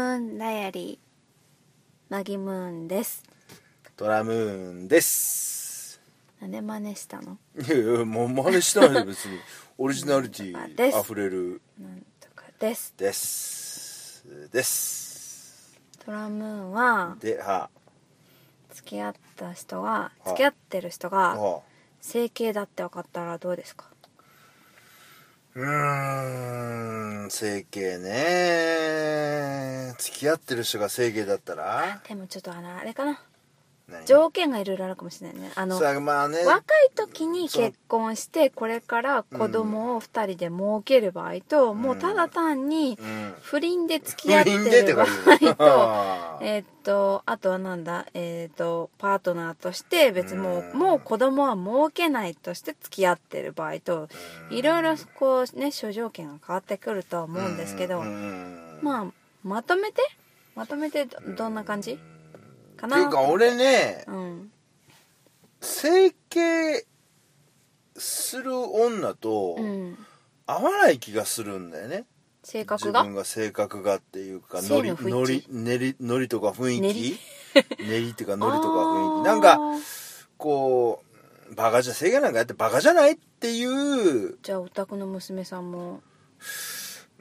ェリーマギムーンですドラムーンです。なんで真似したのいやいや、もう真似してないで別に。オリジナリティ溢れるなんとかですです。です。ドラムーンはで、は、付き合った人があ付き合ってる人がは。整形だって分かったらどうですかうーん、整形ね。付き合ってる人が整形だったらでもちょっとあのあれかな何条件がいろいろあるかもしれないねあのさあ、まあね。若い時に結婚してこれから子供を2人で儲ける場合と、もうただ単にうん。不倫で付き合っ不て倫でってる場こ合とと あーえーっとあとはなんだえーっとパートナーとして別にもう,、うんもう子供は儲けないとして付き合ってる場合といろいろこうね諸条件が変わってくるとは思うんですけど、うんまあまとめてまとめてどどんな感じかなっていうか俺ね、うん整形する女とうん合わない気がするんだよね、性自格が分が性格がっていうか性のノリ不一致ノリ練りノリとか雰囲練気り練りっていうかノリとか雰囲気なんか あーこうバカじゃ整形なんかやってバカじゃないっていううじゃあお宅の娘さんも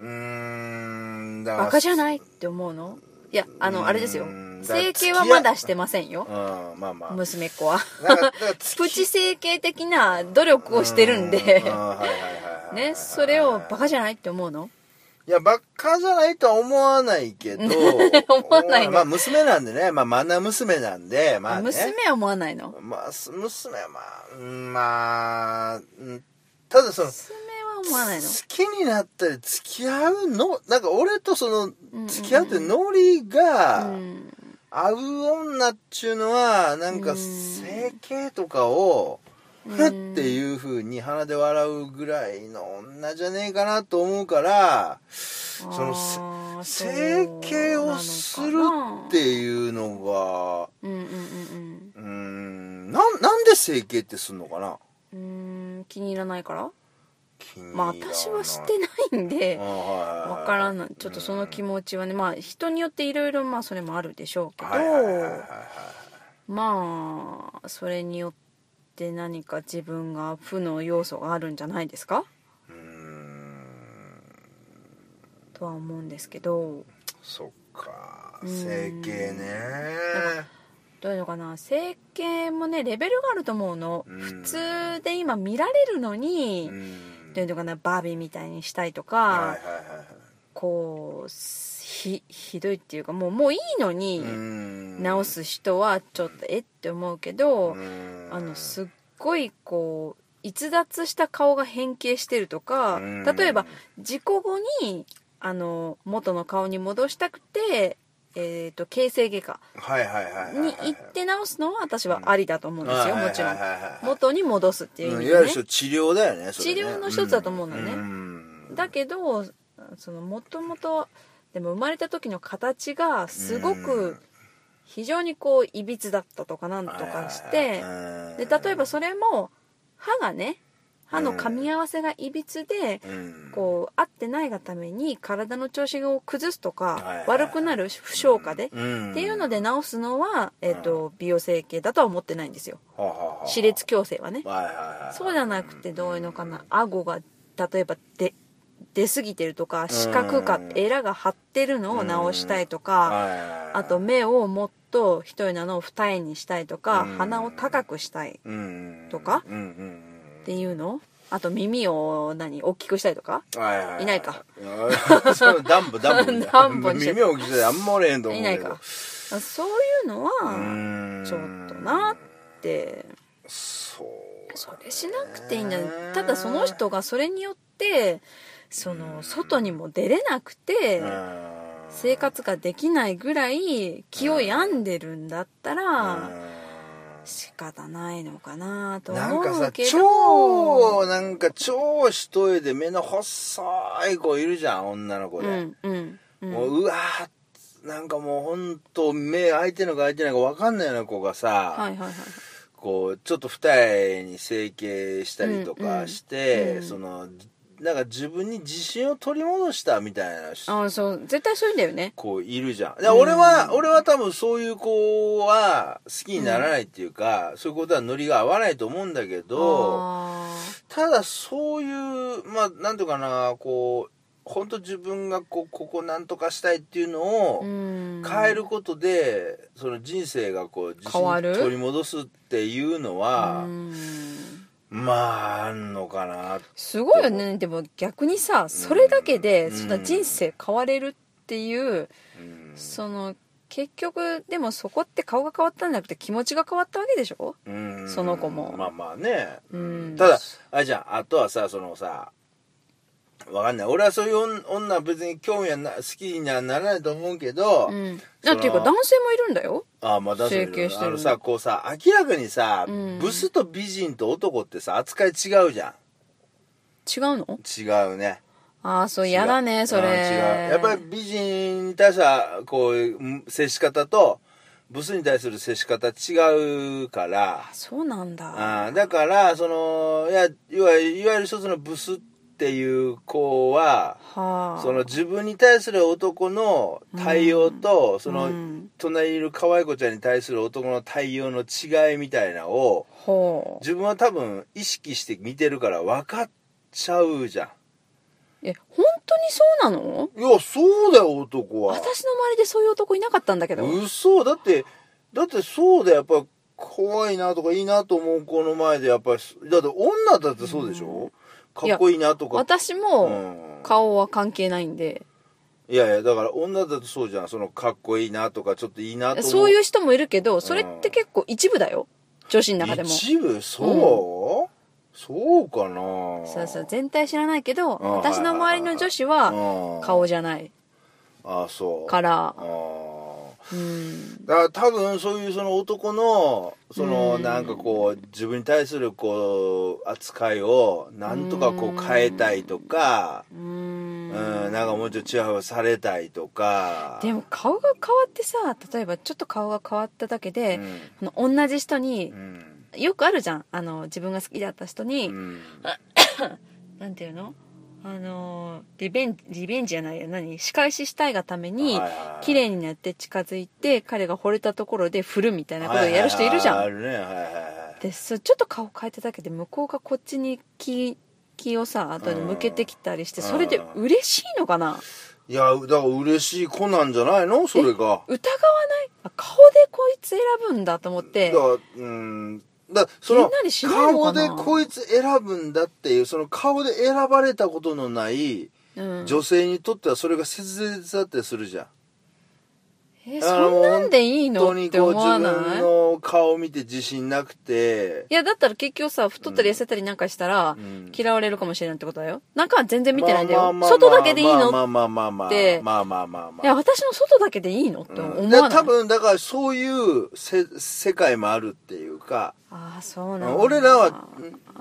ーんだからバカじゃないって思うのいやあうのんあれですよだから整形はまだしてませんようんまあまあ娘っ子はなんかだから付きプチ整形的な努力をしてるんでうはいはいはいはいねそれをバカじゃないって思うのいや、バカじゃないとは思わないけど、 思わないのまあ、娘なんでね、まあ、マナ娘なんで、まあ、ね、娘は思わないのまあ、す娘はまあうん、まあ、うんただその、好娘は思わないのきになったり付き合うの、なんか俺とそうんうんの、付き合ってノリがうん合う女っちゅうのは、なんうかん整形とかを、うんふっていう風に鼻で笑うぐらいの女じゃねえかなと思うから、そのせ整形をするっていうのうがんうんうんうーんなんなんで整形ってすんのかなうんうーん気に入らないから気に入らまあない私はしてないんであはいわからないちょっとその気持ちはねまあ人によっていろいろまあそれもあるでしょうけどはいはいはいはいはいまあそれによって何か自分が負の要素があるんじゃないですかうーんとは思うんですけどそっかうん整形ねどういうのかな整形もねレベルがあると思うのうん普通で今見られるのにうんどういうのかなバービーみたいにしたいとはかいはいはいはいこうひひどいっていうかもうもういいのにうん直す人はちょっとえって思うけど、うんあのすっごいこう逸脱した顔が変形してるとかうん例えば事故後にあの元の顔に戻したくて、えー、と形成外科はいはいはいはいはいに行って直すのは私はありだと思うんですよはいはいもちろんはいはいはい元に戻すっていう意うん味いわゆでるねそう治療だよねそれね治療の一つだと思うのねんだけどそのもともとでも生まれた時の形がすごうんく非常にこういびつだったとかなんとかしてで例えばそれも歯がね歯の噛み合わせがいびつでうんこう合ってないがために体の調子を崩すといはいはかい悪くなる不消化でうんっていうので治すのは、えっと美容整形だとは思ってないんですよはあはあはあ歯列矯正はねはいはいはいはいそうじゃなくてどういうのかな顎が例えばで出過ぎてるとか四角かうんエラが張ってるのを直したいとかはいはいはいあと目をもっと一重なのを二重にしたいとかうん鼻を高くしたいうんとかうんうんっていうのあと耳を何大きくしたいとかうんはいはいはいいないかやそうダンボダン ボダンボにして耳を聞いてあんまおれへんと思いうけなどいかそういうのうはーんちょっとなってそうそれしなくていいんじゃないただその人がそれによってその外にも出れなくてうん生活ができないぐらい気を病んでるんだったらう仕方ないのかなとんなんか思さうけど超なんか超一重で目の細い子いるじゃん女の子うで、んうんうんもううわーなんかもうほんと目開いてんのか開いてないのか分かんないような子がさ、はいはいはいこうちょっと二重に整形したりとかして、うんうんそのなんか自分に自信を取り戻したみたいな人ああそう絶対そういうんだよねこういるじゃん。で俺は、俺は多分そういう子は好きにならないっていうか、そういうことはノリが合わないと思うんだけど、あただそういう、まあ、なんとかな、こう、本当自分がこう、ここなんとかしたいっていうのあをうん変えることで、その人生がこう、自信変わる取り戻すっていうのはう、んまあ、あんのかな。すごいよねでも逆にさそれだけでそんな人生変われるっていううんその結局でもそこって顔が変わったんじゃなくて気持ちが変わったわけでしょうんその子もまあまあね、うんただあれじゃんあとはさそのさわかんない俺はそういう女女は別に興味はな好きにはならないと思うけど、うんそだのっていうか男性もいるんだよああまあだ整形してるあのさこうさ明らかにさ、うんブスと美人と男ってさ扱い違うじゃん違うの違うねああそう嫌だ違ねうそれうん違うやっぱり美人に対してはこうん接し方とブスに対する接し方違うからあそうなんだあーだからそのいやいわゆるいわゆる一つのブスっていう子ははあその自分に対する男の対応と、その、うん隣にいる可愛い子ちゃんに対する男の対応の違いみたいなのをほう自分は多分意識して見てるから分かっちゃうじゃえ本当にそうなのんいやそうだよ男は私の周りでそういう男いなかったんだけど嘘だってだってそうだよやっぱ怖いなとかいいなと思う子の前でやっぱりだって女だってそうでしょ、うんかっこいいなとか私うもん顔は関係ないんでいやいやだから女だとそうじゃんそのかっこいいなとかちょっといいなと思そういう人もいるけどそれって結構一部だよ女子の中でも一部そう、そうかなそうそう全体知らないけどうん私の周りの女子うはん顔じゃないあそうからあーうんだから多分そういうその男のそのうんなんかこう自分に対するこう扱いをなんとかこう変えたいとかううんんなんかもうちょっとチヤホヤされたいとかでも顔が変わってさ例えばちょっと顔が変わっただけで、あの同じ人にうん、うんよくあるじゃんあの自分が好きだった人に、うんなんていうのあのリベンジリベンジじゃないや何仕返ししたいがためにはいはいはい綺麗になって近づいて彼が惚れたところで振るみたいなことをやる人いるじはゃはん。いはいはいあるねはいはいはいでそうちょっと顔変えただけで向こうがこっちに気気をさ後に向けてきたりしてうんそれで嬉しいのかないやだから嬉しい子なんじゃないのそれが疑わないあ顔でこいつ選ぶんだと思ってだからうんだからそみのんなにしないの顔かなでこいつ選ぶんだっていうその顔で選ばれたことのないうん女性にとってはそれが切実だったりするじゃんえあのそんなんでいい本当のっにてこう思自わない分の顔を見て自信なくていやだったら結局さ太ったり痩せたりなんかしたら、うん嫌われるかもしれないってことだよ中は全然見てないんだまあよまあまあ外だけでいいまのあまあまあまあまあってまあまあまあまいあや私の外だけでいいのってうん思わなだからい多分だからそういうせ世界もあるっていうかああそうなんだ俺らは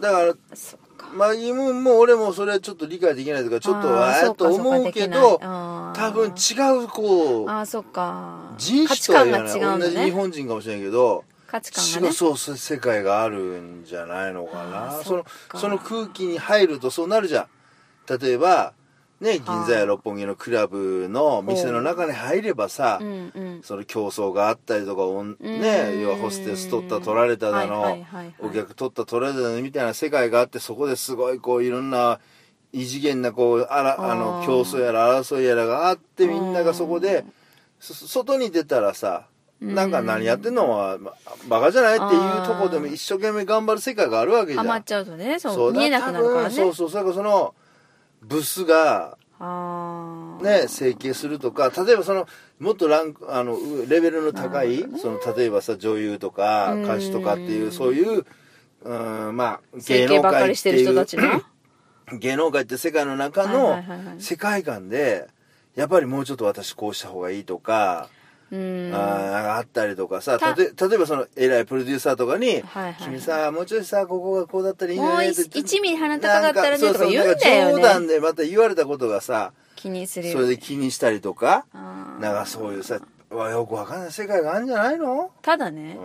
だからそうかまあ今も俺もそれはちょっと理解できないとかちょっとああーえと思うけど多多分違うこうああそっか人価種値とは観言がわない違うんだ同じ日ね本人かもしれないけど価値違観うがねそうそう世界があるんじゃないのかなあーそのそっそかの空気に入るとそうなるじゃん例えばね銀座や六本木のクラブの店の中に入ればさ、うんうんその競争があったりとかおんうんね要はホステス取った取られただの、はいはいはいはいお客取った取られただのみたいな世界があってそこですごいこういろんな異次元なこうあらあのあー競争やら争いやらがあってみんながそこでそ外に出たらさなんか何やってんのはまバカじゃないっていうとこでも一生懸命頑張る世界があるわけじゃん。余っちゃうとねそうそうだ見えなくなるから多分ねそうそうだからそのブスがああね、整形するとか例えばそのもっとランクあのうレベルの高い、その例えばさ女優とかうん歌手とかっていうそういううんまあ整芸形能ばっか界りっしててる人いたうちの芸能界って世界の中はのいはいはいはい世界観でやっぱりもうちょっと私こうした方がいいとか、うんあーなんかあったりとかさたたとえ例えばその偉いプロデューサーとかに「はいはい君さもうちょいさここがこうだったらいいんじゃもうない?」って1ミリ鼻高かったらねなんとか言うんだそうそうなんかよ冗談ねでまた言われたことがさ気にするよそねれで気にしたりとかあーなんかそういうさわよくわかんない世界があるんじゃないのただね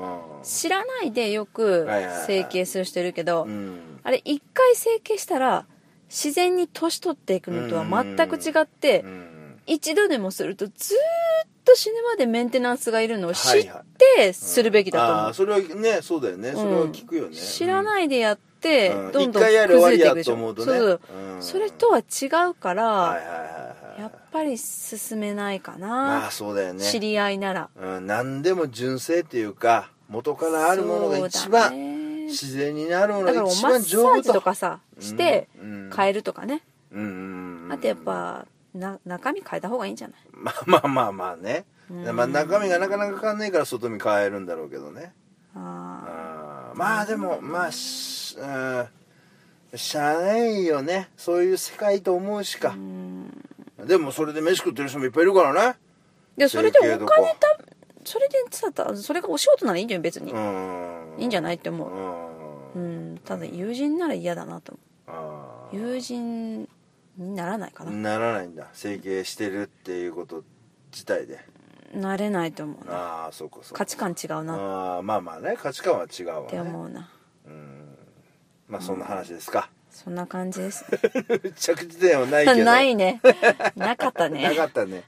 知らないでよくはいはいはい整形する人いるけどうん、うん、あれ一回整形したら自然に年取っていくのとは全く違って、うん一度でもするとずーっと死ぬまでメンテナンスがいるのを知はいっはいてするべきだと思う、あーそれはねそうだよねそれは聞くよね知らいないでやって、うんどんどん一回やる崩れていくでし終ょ、わりやとそう思うとねそう、うんそれとは違うから、はいはいはいやはっいぱり進めないかまあな、そうだよね知り合いならうん、何でも純正っていうか元からあるものが一そうだ番、ね自然になるもだからのがおマ一番ッサ丈ージと夫とかさしてうん変えるとかね、うんうんうんあとやっぱな中身変えた方がいいんじゃないまあまあまあまあね、うんまあ、中身がなかなか変わんないから外見変えるんだろうけどねああーまあでもまあし,、うん、しゃあないよねそういう世界と思うしかーう、んでもそれで飯食ってる人もいっぱいいるからねでそれでお整形とか金たそれでさたそれがお仕事ならいいんじゃん別に、うんいいんじゃないって思う、うんうん、ただ友人なら嫌だなと思うあ友人にならないかーな、ならないんだ整形してるっていうこと自体でなれないと思うなああそうかそう価か値観違うなっあーまあまあね価値観は違うわ、ね、て思うな、うんまあそんな話ですか、 そんな感じです着地点はないけどないねなかったねなかったね